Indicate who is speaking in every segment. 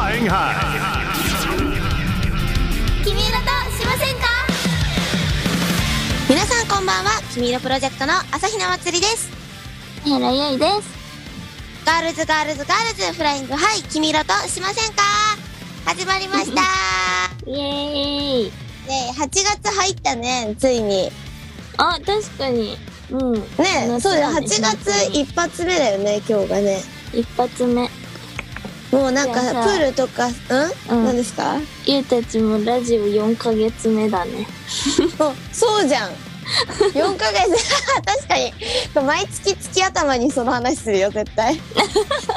Speaker 1: ハ
Speaker 2: 君色としませんか
Speaker 3: 皆さんこんばんは君色プロジェクトの朝日奈まつりです
Speaker 2: やらやいです
Speaker 3: ガールズガールズガールズフライングハイ君色としませんか始まりました
Speaker 2: イエーイ
Speaker 3: ねえ8月入ったねついに
Speaker 2: あ確かにうんね
Speaker 3: ねえそうだよ8月一発目だよね今日がね
Speaker 2: 一発目
Speaker 3: もうなん
Speaker 2: い
Speaker 3: か
Speaker 2: やさ
Speaker 3: プールとかうん、
Speaker 2: うん
Speaker 3: 何です か
Speaker 2: ゆうたちもラジオ4ヶ月目だね
Speaker 3: おそうじゃん4ヶ月 確かに毎月月頭にその話するよ絶 対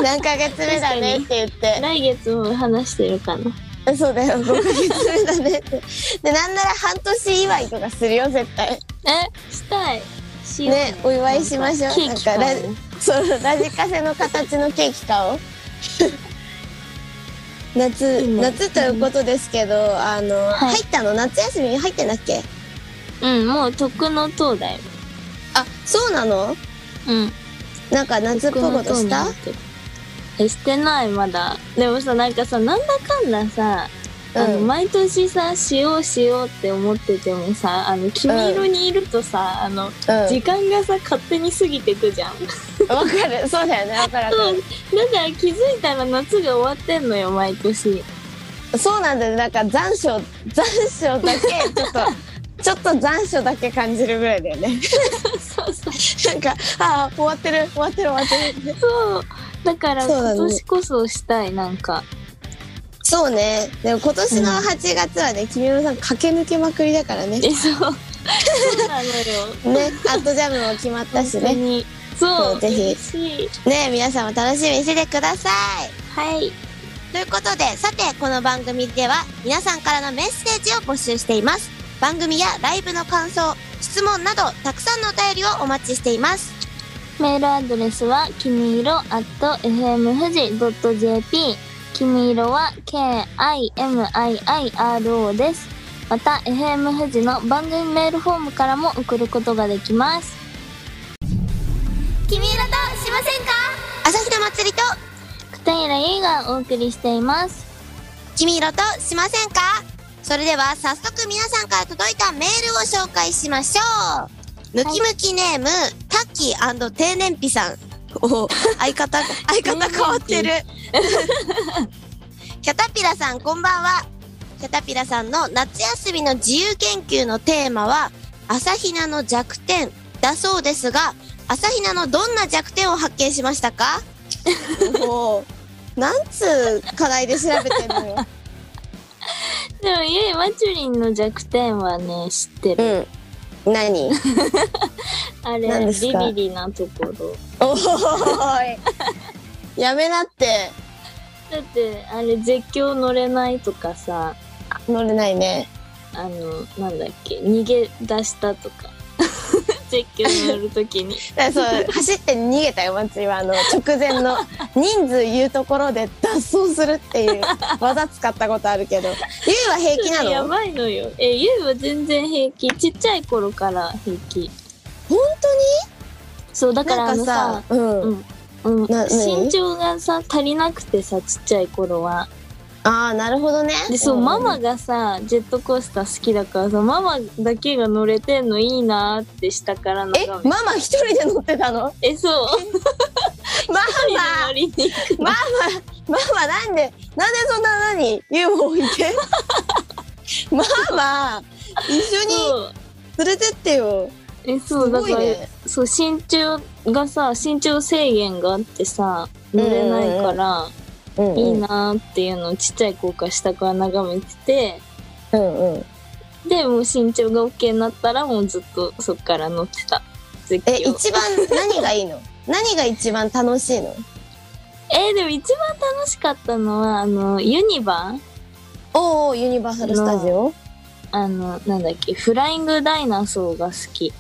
Speaker 3: 何ヶ月目だねって言って
Speaker 2: 来月も話してるかな
Speaker 3: そうだよ、5ヶ月目だねって。 で、なんなら半年祝いとかするよ、絶対。
Speaker 2: えしたいしよう
Speaker 3: ね、お祝いしましょう。
Speaker 2: ケー
Speaker 3: なん
Speaker 2: キ
Speaker 3: か
Speaker 2: 買
Speaker 3: ラ
Speaker 2: おう
Speaker 3: ジ、そう、ラジカセの形のケーキ買おう。 夏、
Speaker 2: いいね
Speaker 3: 夏ということですけど、あの、
Speaker 2: はい
Speaker 3: 入ったの夏休みに入ってんだっけ
Speaker 2: うんもう徳の塔だよ
Speaker 3: あ、そうなの
Speaker 2: うん
Speaker 3: なんか夏っぽいことした
Speaker 2: えしてないまだでもさなんかさなんだかんださ、あの
Speaker 3: うん
Speaker 2: 毎年さしようしようって思っててもさあの黄色にいるとさ、あの
Speaker 3: うん。わ
Speaker 2: 時間がさ勝手に過ぎてくじゃん
Speaker 3: かる。そうだよね、わかるわか
Speaker 2: そうだから気づいたら夏が終わってんのよ毎年
Speaker 3: る。そうなんだよね、なんか残暑、残暑だけ、ちょっ と、ちょっと残暑だけ感じるぐらいだよね。
Speaker 2: そうそう
Speaker 3: なんか、ああ、終わってる、終わってる、終わってる。
Speaker 2: そうだから
Speaker 3: そうだ
Speaker 2: 今
Speaker 3: ね
Speaker 2: 年こそしたいなんか
Speaker 3: そうね。でも今年の8月はね、君のさん駆け抜けまくりだからね。ね
Speaker 2: え、 そうそうなのよ、
Speaker 3: アットジャムも決まったし
Speaker 2: 本当
Speaker 3: ね。
Speaker 2: にそ
Speaker 3: そう
Speaker 2: う
Speaker 3: ぜひ
Speaker 2: 嬉しい
Speaker 3: ね皆さんも楽しみにしててください。
Speaker 2: はい
Speaker 3: ということで、さて、この番組では皆さんからのメッセージを募集しています。番組やライブの感想、質問など、たくさんのお便りをお待ちしています。
Speaker 2: メールアドレスは、きみいろ at fmfuji.jp。きみいろは、k-i-m-i-i-r-o です。また、FM 富士の番組メールフォームからも送ることができます。
Speaker 3: 君色としませんか朝日の祭りと、
Speaker 2: 片平優がお送りしています。
Speaker 3: 君色としませんかそれでは早速皆さんから届いたメールを紹介しましょう。ムキムキネーム、タッキー低燃費さん。お相方、 相方変わってる。 キャタピラさんこんばんは。キャタピラさんの夏休みの自由研究のテーマは、朝比奈の弱点だそうですが、朝比奈のどんな弱点を発見しましたか おお。なんつう課題で調べてんのよ。
Speaker 2: でも、ゆいまちゅりんの弱点はね、知ってる。
Speaker 3: うん。何
Speaker 2: あれ
Speaker 3: 何、です
Speaker 2: ビ
Speaker 3: か
Speaker 2: ビリなところ。
Speaker 3: おーい。やめなって。
Speaker 2: だって、あれ、絶叫乗れないとかさ、
Speaker 3: 乗れないね。
Speaker 2: あの、なんだっけ、逃げ出したとか。 絶叫乗るときに。
Speaker 3: だからそう、走って逃げたよ、松井は。あの、直前 の人数言うところで脱走するっていう技使ったことあるけど。ゆうは平気な
Speaker 2: や
Speaker 3: の
Speaker 2: ばいのよえゆうは全然平気ちっちゃい頃から平気
Speaker 3: 本
Speaker 2: そうだ
Speaker 3: 当に
Speaker 2: から
Speaker 3: な
Speaker 2: あ
Speaker 3: んか
Speaker 2: のさ
Speaker 3: さ、うん。
Speaker 2: うんうん、
Speaker 3: な何
Speaker 2: 身長がさ足りなくてさちっちゃい頃は
Speaker 3: ああ、なるほどね。
Speaker 2: でそう、
Speaker 3: ん
Speaker 2: ママがさジェットコースター好きだからさママだけが乗れてんのいいなーって下からの
Speaker 3: え、
Speaker 2: 画面
Speaker 3: ママ一人で乗ってたの
Speaker 2: え そう
Speaker 3: ママ
Speaker 2: 一人で乗りに行くの
Speaker 3: ママ、ママなんで、なんでそんな何ユーを置い てママ、一緒に
Speaker 2: そう
Speaker 3: 連れてってよ。
Speaker 2: えそうだから、
Speaker 3: ね。
Speaker 2: そう身長がさ身長制限があってさ乗れないから
Speaker 3: うんうん
Speaker 2: いい。なーっていうのをちっちゃい頃から下から眺めてて
Speaker 3: うんうん。
Speaker 2: でもう身長が OK になったらもうずっとそっから乗ってた絶
Speaker 3: え、
Speaker 2: 叫
Speaker 3: 一番何がいいの何が一番楽しいの
Speaker 2: えーでも一番楽しかったのはあのユニバー
Speaker 3: おおユニバーサルスタジオ
Speaker 2: あのなんだっけフライングダイナソーが好き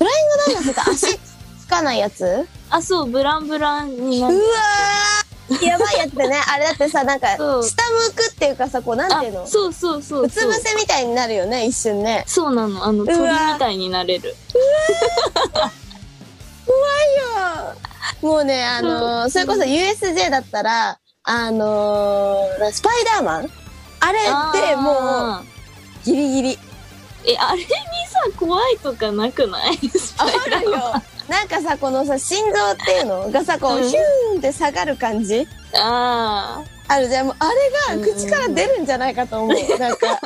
Speaker 3: 何だった足つかないやつうわ
Speaker 2: あそうブランブランになる
Speaker 3: ーやばいやつだね。あれだってさ、なんか、下
Speaker 2: そう
Speaker 3: 向くっていうかさ、こう、なんていうの
Speaker 2: あそうそうそうう
Speaker 3: つ
Speaker 2: そう
Speaker 3: 伏せみたいになるよね、一瞬ね。
Speaker 2: そうなのあの
Speaker 3: わ
Speaker 2: 鳥みたいになれる
Speaker 3: もうね、あのーそれこそ USJ だったら、あのースパイダーマンあれってもう
Speaker 2: あ
Speaker 3: ギリギリ。
Speaker 2: ーえあれにさ怖いとかなくないスパイ
Speaker 3: あ
Speaker 2: ダ
Speaker 3: る
Speaker 2: ー
Speaker 3: よ
Speaker 2: マン。
Speaker 3: なんかさ、このさ、心臓っていうのがさ、こう、
Speaker 2: うん
Speaker 3: ヒューンって下がる感じ
Speaker 2: あ
Speaker 3: あるじゃん。もうあれが口から出るんじゃないかと思う。な んか、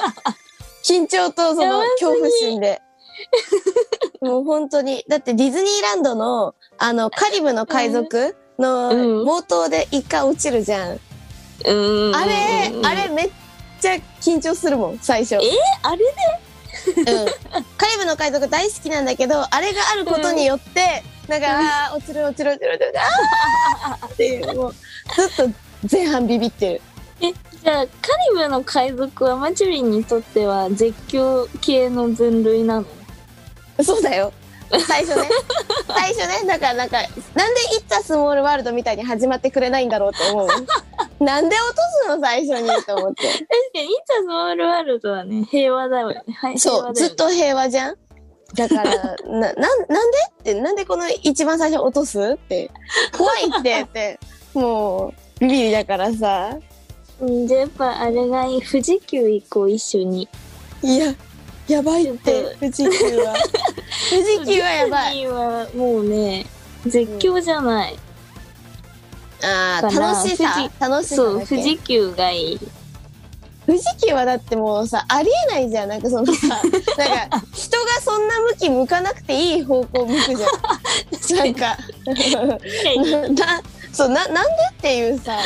Speaker 3: 緊張とそ
Speaker 2: や
Speaker 3: の
Speaker 2: ばすぎ
Speaker 3: 恐怖心で。もう本当に。だってディズニーランドの、あの、カリブの海賊の
Speaker 2: うん
Speaker 3: 冒頭で一回落ちるじゃん。
Speaker 2: ーうん
Speaker 3: あれ、あ
Speaker 2: え
Speaker 3: れめっちゃ緊張するもん、最初。
Speaker 2: あれで
Speaker 3: うん、カリブの海賊大好きなんだけどあれがあることによって、なんかあー落ちる落ちる落ちる落ちるあーっていうもうずっと前半ビビってる
Speaker 2: じゃあカリブの海賊はマチュリンにとっては絶叫系の分類なの
Speaker 3: そうだよ最初ね最初ねなんかなんかなんで「イッツ・ア・スモール・ワールド」みたいに始まってくれないんだろうと思うなんで落とすの最初にと思って
Speaker 2: 確かにインタースモールワールドはね平和だよね。はい、平
Speaker 3: そ
Speaker 2: 和
Speaker 3: う
Speaker 2: だよね
Speaker 3: ずっ。と平和じゃんだ からななんなんでってなんでこの一番最初落とすって怖いってってもうビビりだからさ
Speaker 2: うんじゃあやっぱあれがいい富士急行こう一緒に。
Speaker 3: いや、やばいって、富士急 は。富士急はやばい。
Speaker 2: ディズニーはもうね絶叫じゃない。
Speaker 3: あ
Speaker 2: か
Speaker 3: ー
Speaker 2: な
Speaker 3: 楽しさ
Speaker 2: 富。
Speaker 3: 楽しさ
Speaker 2: そう
Speaker 3: だけ。
Speaker 2: 富士急がいい。
Speaker 3: 富士急はだってもうさ、ありえないじゃん。なんかそのさ、なんか、人がそんな向き向かなくていい方向向くじ ゃん。なんか、な、そう、な、なんでっていう さ、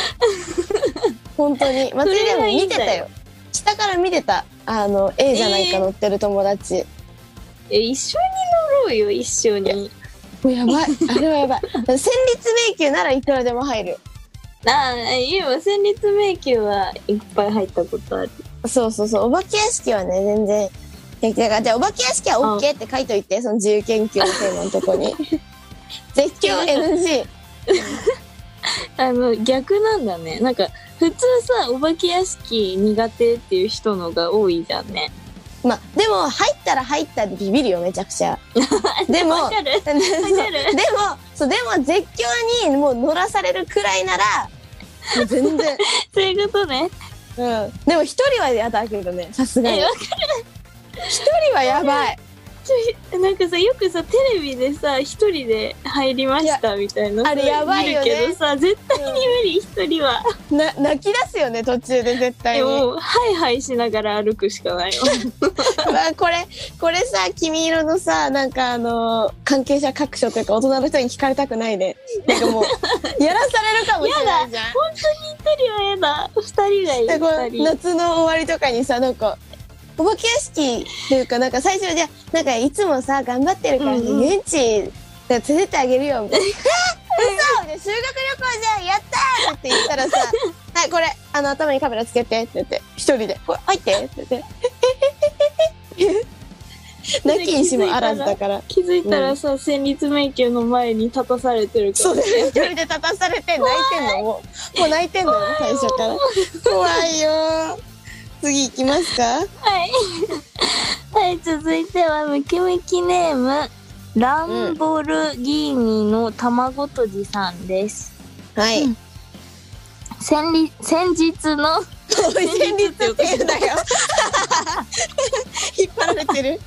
Speaker 3: 本当に。松井でも見てたよ。下から見てた。あの、A じゃないか乗ってる友達。
Speaker 2: え一緒に乗ろうよ一緒に。
Speaker 3: もうやばい。あれはやばい。戦慄迷宮ならいくらでも入る。
Speaker 2: なあ今戦慄迷宮はいっぱい入ったことある。
Speaker 3: そうそうそう。お化け屋敷はね、全然。えだから、じゃあ、お化け屋敷は OK って書いといて、その自由研究のテーマのとこに。 絶叫 NG。
Speaker 2: あの逆なんだね。なんか普通さお化け屋敷苦手っていう人のが多いじゃんね。
Speaker 3: まあ、でも、入ったら入ったでビビるよ、めちゃくち ゃ。でも
Speaker 2: わ、かる。
Speaker 3: でも
Speaker 2: かる、
Speaker 3: そう、でも、絶叫にもう乗らされるくらいなら、もう全然。
Speaker 2: そういうことね。
Speaker 3: うん。でも、一人はやだけどね、さすがに。
Speaker 2: え
Speaker 3: 一
Speaker 2: わ
Speaker 3: 人はやばい。
Speaker 2: ちょなんかさよくさテレビでさ一人で入りましたみたいな
Speaker 3: あれやばいよね
Speaker 2: 見るけどさ絶対に無理一人は、
Speaker 3: な、泣き出すよね、途中で絶対
Speaker 2: で
Speaker 3: に。
Speaker 2: もうハイハイしながら歩くし かないよ
Speaker 3: まあこれこれさ君色のさなんかあのー関係者各所というか大人の人に聞かれたくないねなんかもうやらされるかもしれないじゃん
Speaker 2: 一人はやだ二人
Speaker 3: だ
Speaker 2: が
Speaker 3: から
Speaker 2: いい
Speaker 3: こ
Speaker 2: 二
Speaker 3: う
Speaker 2: 人
Speaker 3: 夏の終わりとかにさなんかお化け屋敷っていうかなんか最初じゃなんかいつもさ頑張ってるから
Speaker 2: うんうん
Speaker 3: 現地連れてってあげるよみたいな「えっ嘘で修学旅行じゃんやったー!」って言ったらさ「はいこれあの頭にカメラつけて」って言って一人で「これ入って」って言って「泣きにしもあらずだから」
Speaker 2: 気づいたらさ戦慄迷宮の前に立たされてるから
Speaker 3: そうだよ一人で立たされて泣いてんのもうもう泣いてんのよ最初から怖いよー次行きますか
Speaker 2: はいはい続いてはムキムキネームランボルギーニの卵とじさんです、
Speaker 3: はい。
Speaker 2: 先日先日の
Speaker 3: 戦慄って言うん だよ。引っ張られてる。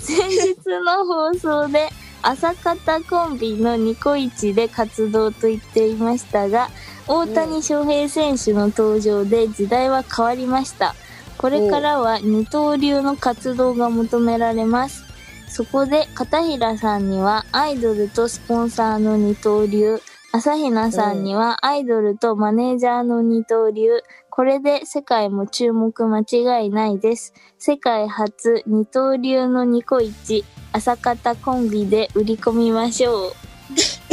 Speaker 2: 先日の放送で朝方コンビのニコイチで活動と言っていましたが大谷翔平選手の登場で時代は変わりましたこれからは二刀流の活動が求められますそこで片平さんにはアイドルとスポンサーの二刀流朝比奈さんにはアイドルとマネージャーの二刀流これで世界も注目間違いないです世界初二刀流のニコイチ朝方コンビで売り込みましょう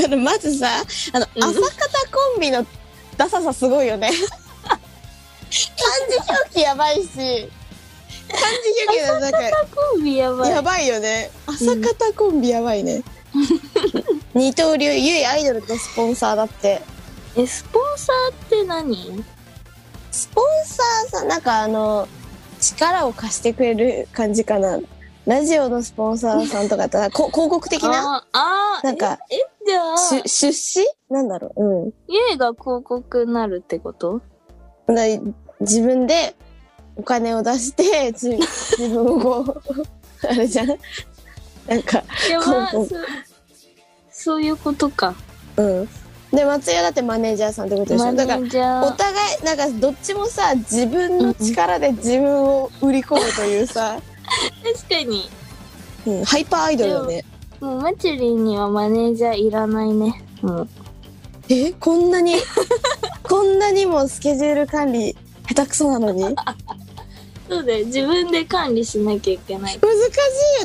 Speaker 3: あのまずさ、あの
Speaker 2: うん
Speaker 3: 朝方コンビのダサさすごいよね。漢字表記やばいし、漢字表記のなんか
Speaker 2: コンビやばい
Speaker 3: やばいよね。朝方コンビやばいね。二刀流ゆいアイドルとスポンサーだって。
Speaker 2: えスポンサーって何
Speaker 3: スポンサーさんなんかあの力を貸してくれる感じかなラジオのスポンサーさんとかだったらこ広告的な
Speaker 2: あーあー
Speaker 3: なんか
Speaker 2: ええじゃあ、
Speaker 3: し出資なんだろう。うん。
Speaker 2: ゆえが広告になるってこと
Speaker 3: な自分でお金を出 して自自分をこう あれじゃんなんか
Speaker 2: いや、まあ、そ
Speaker 3: 広
Speaker 2: うそういうことか。
Speaker 3: うんで松屋だってマネージャーさんってことでし
Speaker 2: マ
Speaker 3: ょ
Speaker 2: ネ
Speaker 3: だから
Speaker 2: ージャ
Speaker 3: お
Speaker 2: ー。
Speaker 3: 互いなんかどっちもさ自分の力で自分を売り込むとい うさ、
Speaker 2: 確かに。
Speaker 3: うん、ハイパーアイドルだよね
Speaker 2: もう、まちゅりんにはマネージャーいらないね。もう。
Speaker 3: えこんなに こんなにもスケジュール管理下手くそなのに難し
Speaker 2: そうだよ。自分で管理しなきゃいけない。
Speaker 3: いよ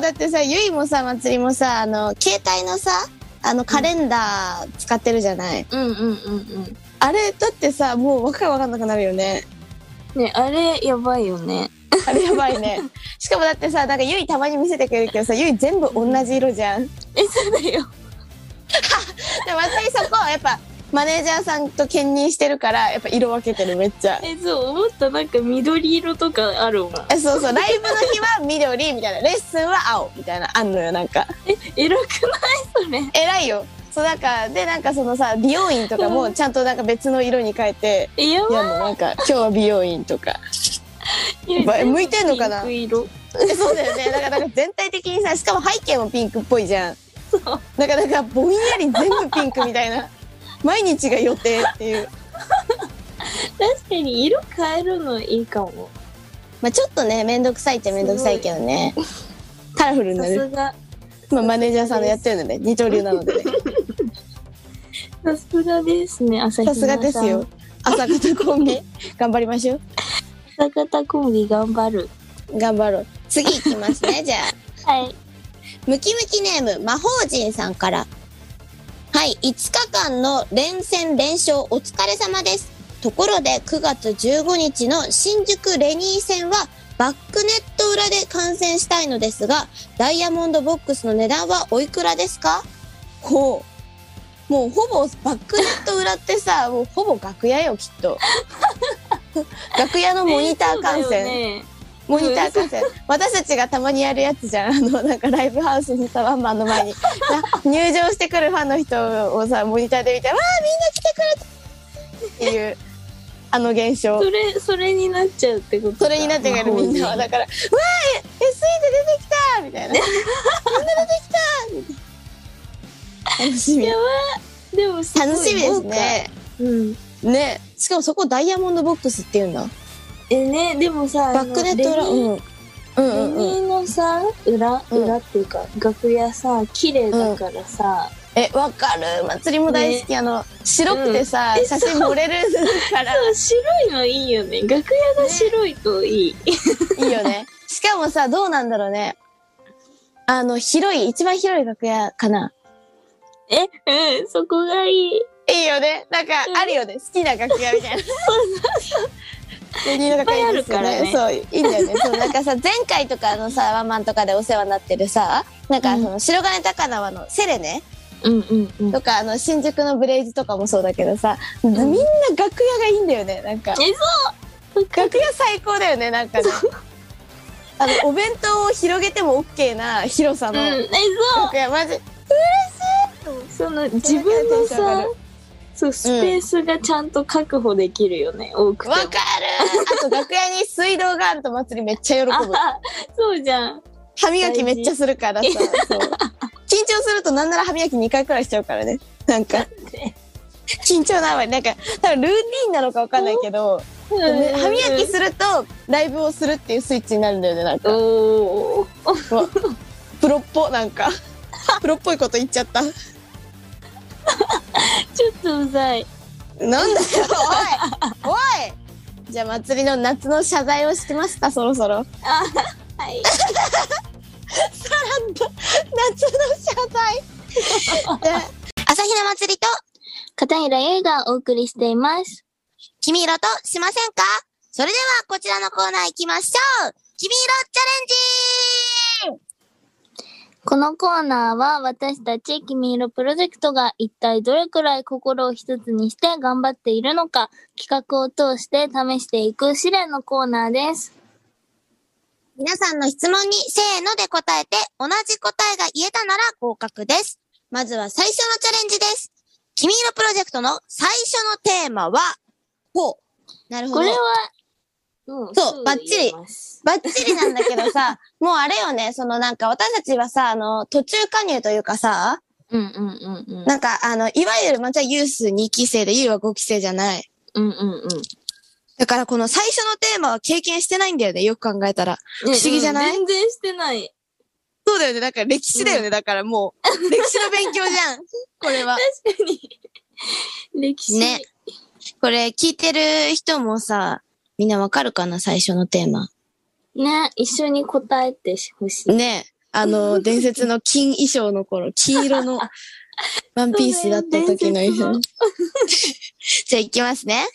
Speaker 3: だってさゆいもさまつりもさあの携帯のさあのカレンダー使ってるじゃない、
Speaker 2: うんうんうんうん。
Speaker 3: あれだってさもうわけわかんなくなる よね
Speaker 2: ね、あれ、やばいよね。
Speaker 3: あれやばいねしかもだってさなんかゆいたまに見せてくれるけどさゆい全部同じ色じゃんで
Speaker 2: え、そうだよ。
Speaker 3: 松井そこやっぱマネージャーさんと兼任してるからやっぱ色分けてるめっちゃ
Speaker 2: え、そう、思った。なんか緑色とかあるもん。
Speaker 3: えそうそうライブの日は緑みたいなレッスンは青みたいなあんのよなんか
Speaker 2: 偉くないそれ。
Speaker 3: 偉いよそうなんかでなんかそのさ美容院とかもちゃんとなんか別の色に変えて
Speaker 2: え、や
Speaker 3: いや
Speaker 2: ば
Speaker 3: もうなんか今日は美容院とか
Speaker 2: い
Speaker 3: やばい向いてんのかな
Speaker 2: ピンク色。
Speaker 3: えそうだよねだからなんか全体的にさしかも背景もピンクっぽいじゃんなんかなんかぼんやり全部ピンクみたいな毎日が予定っていう
Speaker 2: 確かに色変えるのいいかも。
Speaker 3: まあちょっとね面倒くさいっちゃ面倒くさいけどねカラフルに
Speaker 2: さ
Speaker 3: な
Speaker 2: す
Speaker 3: る、
Speaker 2: が、
Speaker 3: まあ、マネージャーさんのやってるので二刀流なのでね
Speaker 2: さすがですね、朝日
Speaker 3: さ
Speaker 2: 奈
Speaker 3: す
Speaker 2: さん
Speaker 3: がですよ。朝方コンビ頑張りましょう
Speaker 2: 朝方コンビ頑張る。
Speaker 3: 頑張ろう
Speaker 4: 次いきますね、じゃあ。
Speaker 2: はい。
Speaker 4: ムキムキネーム、魔法人さんから。はい、5日間の連戦連勝お疲れ様です。ところで9月15日の新宿レニー戦はバックネット裏で観戦したいのですが、ダイヤモンドボックスの値段はおいくらですか
Speaker 3: ほうもうほぼバックネット裏ってさもうほぼ楽屋よきっと楽屋のモニター観
Speaker 2: そうだよ
Speaker 3: 戦、
Speaker 2: ね
Speaker 3: モニター観戦。私たちがたまにやるやつじゃん。あの、なんかライブハウスにさ、ワンマンの前に。 な入場してくるファンの人をさ、モニターで見て、わあ、みんな来てくれたっていう、あの現象
Speaker 2: そ。れ、それになっちゃうってことか
Speaker 3: それになってからみんなは、だから、わあ、え SE で出てきた みたいな。みんな
Speaker 2: やば
Speaker 3: 出てきたみたいな。
Speaker 2: いでもすごい
Speaker 3: 楽しみ。楽しみです。ね。
Speaker 2: うん。
Speaker 3: ね。しかもそこダイヤモンドボックスっていうんだ。
Speaker 2: え、ね、でもさ、
Speaker 3: バックネット裏、
Speaker 2: あ
Speaker 3: う
Speaker 2: のレニ
Speaker 3: ん。うん
Speaker 2: ー
Speaker 3: うん
Speaker 2: レ
Speaker 3: うん。
Speaker 2: ニーのさ、裏、
Speaker 3: うん
Speaker 2: 裏っていうか、楽屋さ、綺麗だからさ、
Speaker 3: え、わかる。祭りも大好き。あの、白くてさ、
Speaker 2: うん
Speaker 3: 写真盛れるから、
Speaker 2: そう白いのいいよね。楽屋が白いといい。
Speaker 3: いいよね。しかもさ、どうなんだろうね。あの、広い、一番広い楽屋かな。
Speaker 2: え、うん、そこがいい。
Speaker 3: いいよね。なんか
Speaker 2: うん、
Speaker 3: あるよね。好きな楽屋みたいな。レニーの楽屋いいですよね。
Speaker 2: いっぱい
Speaker 3: そう、いいんだよね。そう、なんかさ、前回とかのさ、ワンマンとかでお世話になってるさ、なんか、
Speaker 2: う
Speaker 3: そ
Speaker 2: ん
Speaker 3: の、白金高輪のセレネ
Speaker 2: うんうんうん。
Speaker 3: とか、あの、新宿のブレイズとかもそうだけどさ、みんな楽屋がいいんだよね。なんか。
Speaker 2: え、そう
Speaker 3: 楽屋最高だよねなんかねあのお弁当を広げても OK な広さ
Speaker 2: うん、
Speaker 3: の
Speaker 2: え、
Speaker 3: 楽屋、マジ
Speaker 2: そうその自分の
Speaker 3: それ
Speaker 2: さ
Speaker 3: だけでテンション上がる
Speaker 2: そうスペースがちゃんと確保できるよね、多くて
Speaker 3: わ
Speaker 2: も
Speaker 3: かるあと楽屋に水道があると祭りめっちゃ喜ぶ
Speaker 2: あ そうじゃん
Speaker 3: 歯磨きめっちゃするからさそう緊張するとなんなら歯磨き2回くらいしちゃうからねなんか
Speaker 2: で
Speaker 3: 緊張ないわなんか多分ルーティンなのかわかんないけどね歯磨きするとライブをするっていうスイッチになるんだよねなんか
Speaker 2: おー
Speaker 3: プロっぽなんかプロっぽいこと言っちゃった
Speaker 2: ちょっとうざい
Speaker 3: なんだよ、おいおいじゃあ祭りの夏の謝罪をしてますか、そろそろ。
Speaker 2: あはい
Speaker 3: 夏の謝 罪ね
Speaker 4: 朝日奈祭りと、
Speaker 2: 片平優がお送りしています
Speaker 4: 君色としませんかそれではこちらのコーナー行きましょう君色チャレンジ
Speaker 2: このコーナーは私たち君色プロジェクトが一体どれくらい心を一つにして頑張っているのか企画を通して試していく試練のコーナーです
Speaker 4: 皆さんの質問にせーので答えて、同じ答えが言えたなら合格です。まずは最初のチャレンジです。君色プロジェクトの最初のテーマは、ほう。なるほ
Speaker 2: こ
Speaker 4: ど
Speaker 2: れ。は、うん
Speaker 4: そうバッチリ
Speaker 2: 言えます
Speaker 3: バッチリなんだけど さ、もうあれよね、そのなんか私たちはさ、あの、途中加入というかさ、
Speaker 2: うんうんうんうん。
Speaker 3: なんかあの、いわゆるまたユース2期生で、ユーは5期生じゃない。
Speaker 2: うんうんうん。
Speaker 3: だからこの最初のテーマは経験してないんだよね、よく考えたら。
Speaker 2: 不
Speaker 3: 思議じゃない
Speaker 2: 全然してない。
Speaker 3: そうだよね、だから歴史だよね、だからもう、歴史の勉強じゃん、これは。
Speaker 2: 確かに。歴史。
Speaker 3: ね これ聞いてる人もさ、みんなわかるかな、最初のテーマ。
Speaker 2: ね、一緒に答えてほしい。
Speaker 3: ねあの、伝説の金衣装の頃、黄色 のワンピースだった時の衣
Speaker 2: そうだよ
Speaker 3: 装
Speaker 2: 伝。
Speaker 4: じゃあ行きますね。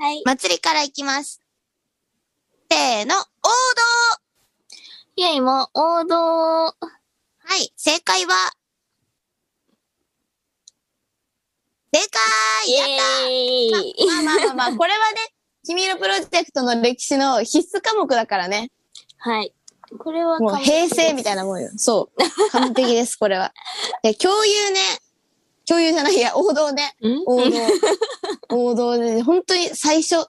Speaker 2: はい。
Speaker 4: 祭りから行きます。せーの、王道
Speaker 2: イェイも、王道。
Speaker 4: はい、正解は、正解
Speaker 2: イ
Speaker 4: やっ
Speaker 2: ェーイ。
Speaker 3: まあ まあまあまあ、これはね、君色プロジェクトの歴史の必須科目だからね。
Speaker 2: はい。これは
Speaker 3: もう
Speaker 2: 完璧
Speaker 3: 平
Speaker 2: です
Speaker 3: 成みたいなもんよ。そう。完璧です、これは。で、共有ね。共有じゃない、いや、王道ね。
Speaker 2: うん
Speaker 3: 王道。王道で、ね、本当に最初、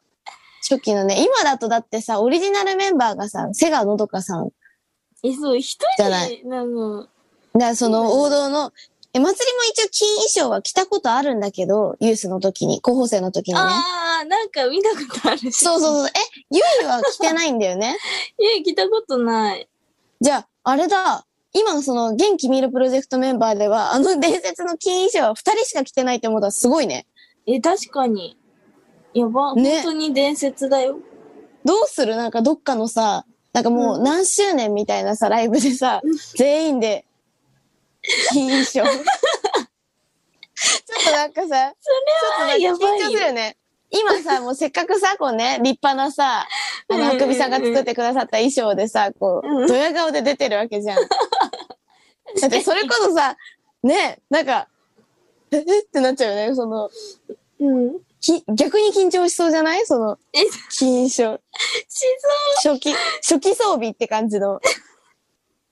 Speaker 3: 初期のね、今だとだってさ、オリジナルメンバーがさ、瀬川のどかさん。
Speaker 2: え、そう、一
Speaker 3: じ
Speaker 2: 人
Speaker 3: ゃ
Speaker 2: で
Speaker 3: な
Speaker 2: ないの。
Speaker 3: だからその王道の、え、祭りも一応金衣装は着たことあるんだけど、ユースの時に、候補生の時にね。
Speaker 2: ああ、なんか見たことあるし。
Speaker 3: そうそうそう。え、ゆいは着てないんだよね。
Speaker 2: いや、来たことない。
Speaker 3: じゃあ、あれだ。今のその、元気見るプロジェクトメンバーでは、あの伝説の金衣装は二人しか着てないって思ったらすごいね。
Speaker 2: え、確かに。やば、
Speaker 3: ね
Speaker 2: 本当に伝説だよ。
Speaker 3: どうするなんかどっかのさ、なんかもう何周年みたいなさ、ライブでさ、全員で、金衣装。ちょっとなんかさ、
Speaker 2: それは
Speaker 3: ちょ
Speaker 2: や
Speaker 3: っとなん
Speaker 2: ば
Speaker 3: か緊張
Speaker 2: い
Speaker 3: する
Speaker 2: よ。
Speaker 3: よね。今さ、もうせっかくさ、こうね、立派なさ、あの、あくびさんが作ってくださった衣装でさ、こ
Speaker 2: う
Speaker 3: う、
Speaker 2: ん
Speaker 3: ドヤ顔で出てるわけじゃん。だってそれこそさ、ね、なんか、ええってなっちゃうよね。その、
Speaker 2: うん。
Speaker 3: き、逆に緊張しそうじゃないその
Speaker 2: え、
Speaker 3: 金衣装。
Speaker 2: しそ
Speaker 3: 初期、初期装備って感じの。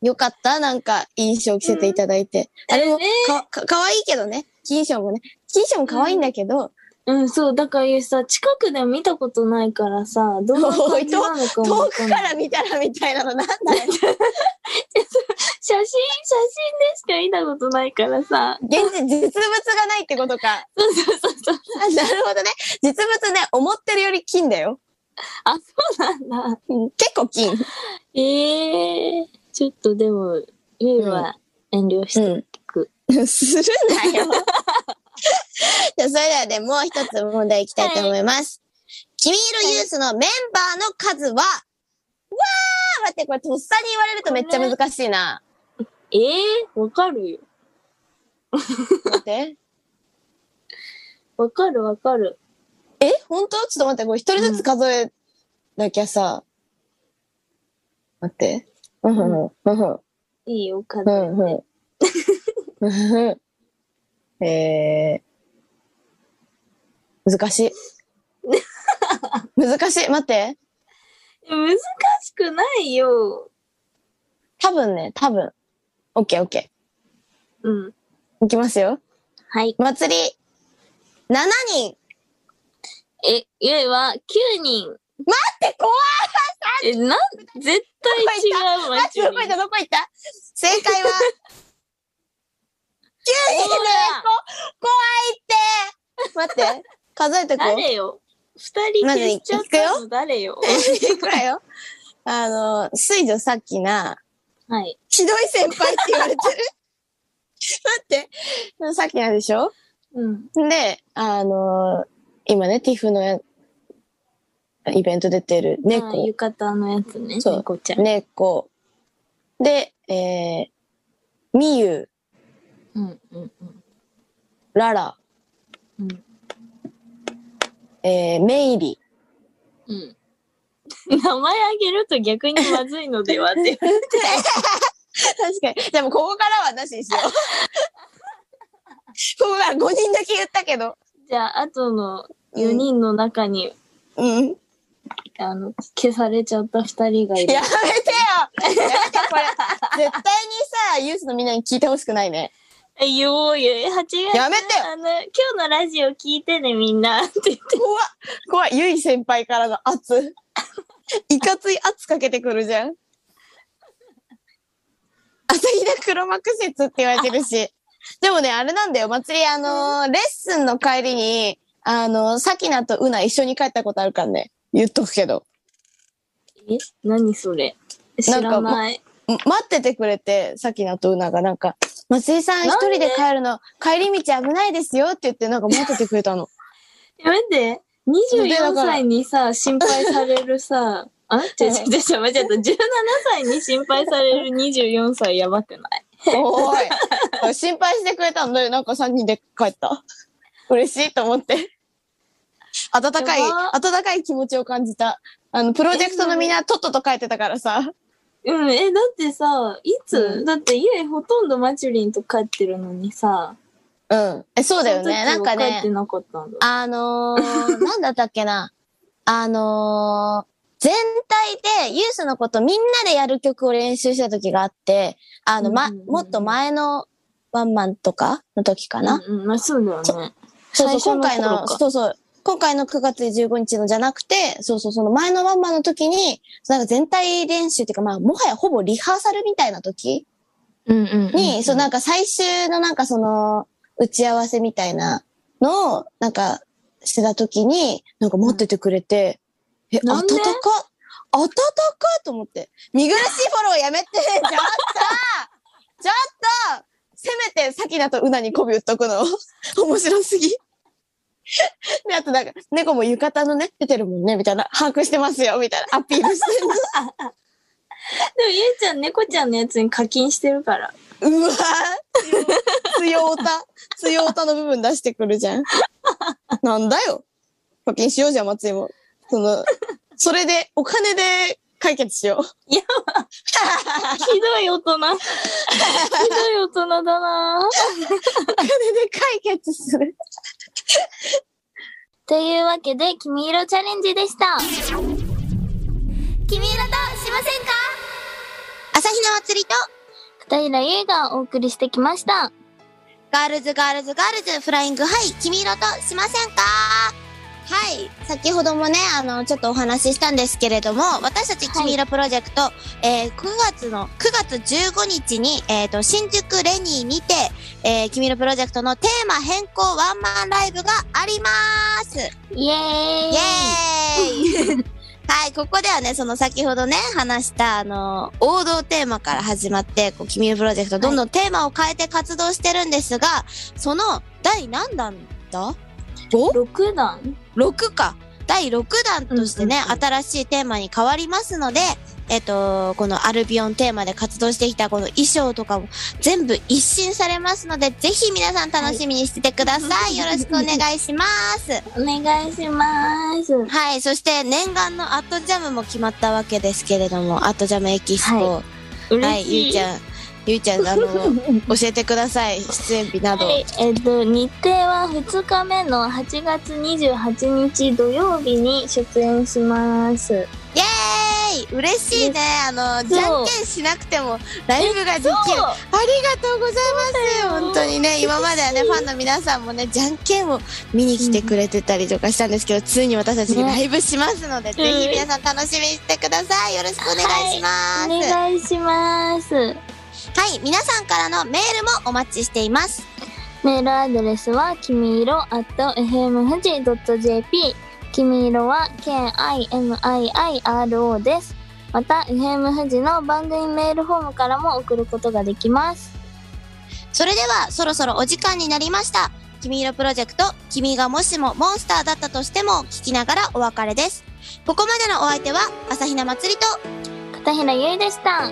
Speaker 3: よかったなんか、いい衣装着せていただいて。
Speaker 2: う。
Speaker 3: あれも
Speaker 2: ね、
Speaker 3: か、か、かわいいけどね。金衣装もね。金衣装もかわいいんだけど、
Speaker 2: うん、そう、だからさ、近くで見たことないからさ、どんな感じ なのかも
Speaker 3: 遠
Speaker 2: わ
Speaker 3: く
Speaker 2: か
Speaker 3: か
Speaker 2: んない。
Speaker 3: ら見たらみたいなのなんだよ。
Speaker 2: 写真、写真でしか見たことないからさ。
Speaker 3: 現実、実物がないってことか。
Speaker 2: そうそうそうそう。
Speaker 3: あなるほどね。実物ね、思ってるより金だよ。
Speaker 2: あ、そうなんだ。
Speaker 3: うん結構金。
Speaker 2: ええちょっとでも、ゆいは遠慮して。
Speaker 3: うん。するなよ。 じゃあそれではね、もう一つ問題いきたいと思います。君色ユースのメンバーの数は、わー待って、これとっさに言われるとめっちゃ難しいな。
Speaker 2: ええわかるよ。
Speaker 3: 待って。
Speaker 2: わかるわかる。
Speaker 3: え本当ちょっと待って、これ一人ずつ数えなきゃさ。待って。うんうんうんうん。
Speaker 2: いいよ、か
Speaker 3: う
Speaker 2: ず。
Speaker 3: んうん。 えー、難しい。難しい。待って。
Speaker 2: 難しくないよ。
Speaker 3: 多分ね、多分。オッケーオッケ
Speaker 2: うん。
Speaker 3: ー。いきますよ。
Speaker 2: はい。
Speaker 3: 祭り、7人。
Speaker 2: え、ゆいは9人。
Speaker 3: って怖い
Speaker 2: え、なん、絶対違う
Speaker 3: 待っ
Speaker 2: 街
Speaker 3: て、どこ行ったどこ行った正解は、9人で怖いって待って、数えてこう。
Speaker 2: 誰よ二人消しちゃったの誰よ
Speaker 3: いくらよ。あの、水女さっきな、
Speaker 2: はい。
Speaker 3: ひどい先輩って言われ てる。待って。さっきなんでしょ
Speaker 2: うん。
Speaker 3: で、あのー今ね、ティフのやイベント出てる
Speaker 2: ま
Speaker 3: 猫
Speaker 2: あ。浴衣のやつね。
Speaker 3: そう
Speaker 2: 猫ちゃん。
Speaker 3: 猫。で、えー、みゆ、
Speaker 2: うんうんうん。
Speaker 3: ララ、
Speaker 2: うん。
Speaker 3: えー、メイリ。
Speaker 2: うん。 名前あげると逆にまずいのではって。
Speaker 3: 確かに。でも、ここからはなしに しよう。ここから5人だけ言ったけど。
Speaker 2: じゃあ、後の4人の中に、
Speaker 3: うん。
Speaker 2: あの、消されちゃった2人がいる。
Speaker 3: やめてよやめてこれ。絶対にさ、ユースのみんなに聞いてほしくないね。
Speaker 2: 言おうよ。8月。
Speaker 3: やめてよ
Speaker 2: あの、今日のラジオ聞いてね、みんな。って言って。
Speaker 3: 怖っ怖いゆい先輩からの圧いかつい圧かけてくるじゃん朝日奈黒幕説って言われてるしでもねあれなんだよ祭りあのーレッスンの帰りにあのーさきなとうな一緒に帰ったことあるからね言っとくけど
Speaker 2: え何それ知
Speaker 3: なんから
Speaker 2: ない。
Speaker 3: ん待っててくれてさきなとうながなんか「松井さん一
Speaker 2: なんで
Speaker 3: 人で帰るの帰り道危ないですよ」って言ってなんか待っててくれ たの
Speaker 2: やめて。24歳にさ、心配される さ、あちょちょちょちょ、間違った。17歳に心配される24歳やばくない
Speaker 3: おーい心配してくれたのでなんか3人で帰った嬉しいと思って温かい
Speaker 2: やば
Speaker 3: 温かい気持ちを感じたあのプロジェクトのみんなとっとと帰ってたからさ
Speaker 2: うん、え、だってさ、いつ、
Speaker 3: う
Speaker 2: だって家ほとんどマチュリンと帰ってるのにさ、
Speaker 3: うんえそうだよねな
Speaker 2: そ
Speaker 3: ん
Speaker 2: の時
Speaker 3: か
Speaker 2: は帰
Speaker 3: ね
Speaker 2: ってなかったんだ。
Speaker 3: あ のー、なんだったっけな。あのー、全体でユースのことみんなでやる曲を練習した時があって、あの、ま、
Speaker 2: うんうんうん
Speaker 3: もっと前のワンマンとかの時かな。
Speaker 2: うん、うん、まあそうだよね。
Speaker 3: そうそう、今
Speaker 2: 最初
Speaker 3: 回
Speaker 2: の頃
Speaker 3: の、
Speaker 2: か
Speaker 3: そうそう、今回の9月15日のじゃなくて、そうそう、その前のワンマンの時に、なんか全体練習っていうか、まあ、もはやほぼリハーサルみたいな時
Speaker 2: うんうん
Speaker 3: に、そうなん
Speaker 2: か、
Speaker 3: か最終のなんかその打ち合わせみたいなのをなんかしてた時になんか持っててくれて、え、
Speaker 2: な
Speaker 3: 温か
Speaker 2: んで
Speaker 3: 温かと思って。見苦しいフォローやめて ちょっとちょっとせめてさきなとうなに媚び売っとくの 面白すぎ。で、あとなんか、猫も浴衣のね、出てるもんね、みたいな、把握してますよ、みたいな、アピールして
Speaker 2: で
Speaker 3: る。
Speaker 2: も、ゆうちゃん、猫ちゃんのやつに課金してるから。
Speaker 3: うわ強強 オタ、強オタの部分出してくるじゃん。なんだよ。課金しようじゃん、松井も。その、それで、お金で解決しよう。
Speaker 2: ひど い大人。ひどい大人だな
Speaker 3: お金で解決する。
Speaker 2: というわけで、君色チャレンジでした。
Speaker 4: 君色としませんか 朝日奈祭りと、
Speaker 2: 片平優がお送りしてきました。
Speaker 4: ガールズガールズガールズフライングハイ、君色としませんかはい。先ほどもね、あの、ちょっとお話ししたんですけれども、私たち君色プロジェクト、えー9月の、9月15日に、えっ、と、新宿レニーにて、えー、君色プロジェクトのテーマ変更ワンマンライブがあります。
Speaker 2: イエー
Speaker 4: イ
Speaker 2: イ
Speaker 4: エーイはい、ここではね、その先ほどね、話した、あの、王道テーマから始まって、こう、君プロジェクト、どんどんテーマを変えて活動してるんですが、その、第何弾だ
Speaker 2: !6 弾
Speaker 4: ?6 か。第6弾としてね、
Speaker 2: うんうんうん
Speaker 4: 新しいテーマに変わりますので、えっと、このアルビオンテーマで活動してきたこの衣装とかも全部一新されますので、ぜひ皆さん楽しみにしててくださ、
Speaker 2: はい い
Speaker 4: よろしくお願いします。
Speaker 2: お願いします。
Speaker 4: はい、そして念願のアットジャムも決まったわけですけれども、アットジャムエキスポ。は
Speaker 2: 嬉し
Speaker 4: い、ゆい
Speaker 2: い。
Speaker 4: ちゃん、ゆいちゃん、あの、教えてください、出演日など。
Speaker 2: はい、えっと、日程は2日目の8月28日土曜日に出演します。
Speaker 4: イエーイ嬉しいね、あの、
Speaker 2: う
Speaker 4: じゃんけんしなくてもライブができる。ありがとうございます、本当にね、今まではね、ファンの皆さんもね、じゃんけんを見に来てくれてたりとかしたんですけど、ついに私たちライブしますので、ぜひ皆さん楽しみにしてください。よろしくお願いします。
Speaker 2: お願いします。
Speaker 4: はい、皆さんからのメールもお待ちしています。
Speaker 2: メールアドレスは、きみいろ at fmfuji.jp。きみいろは、k-i-m-i-i-r-o です。また、FM 富士の番組メールフォームからも送ることができます。
Speaker 4: それでは、そろそろお時間になりました。君色プロジェクト、君がもしもモンスターだったとしても聞きながらお別れです。ここまでのお相手は、朝比奈まつりと、
Speaker 2: 片平ゆいでした。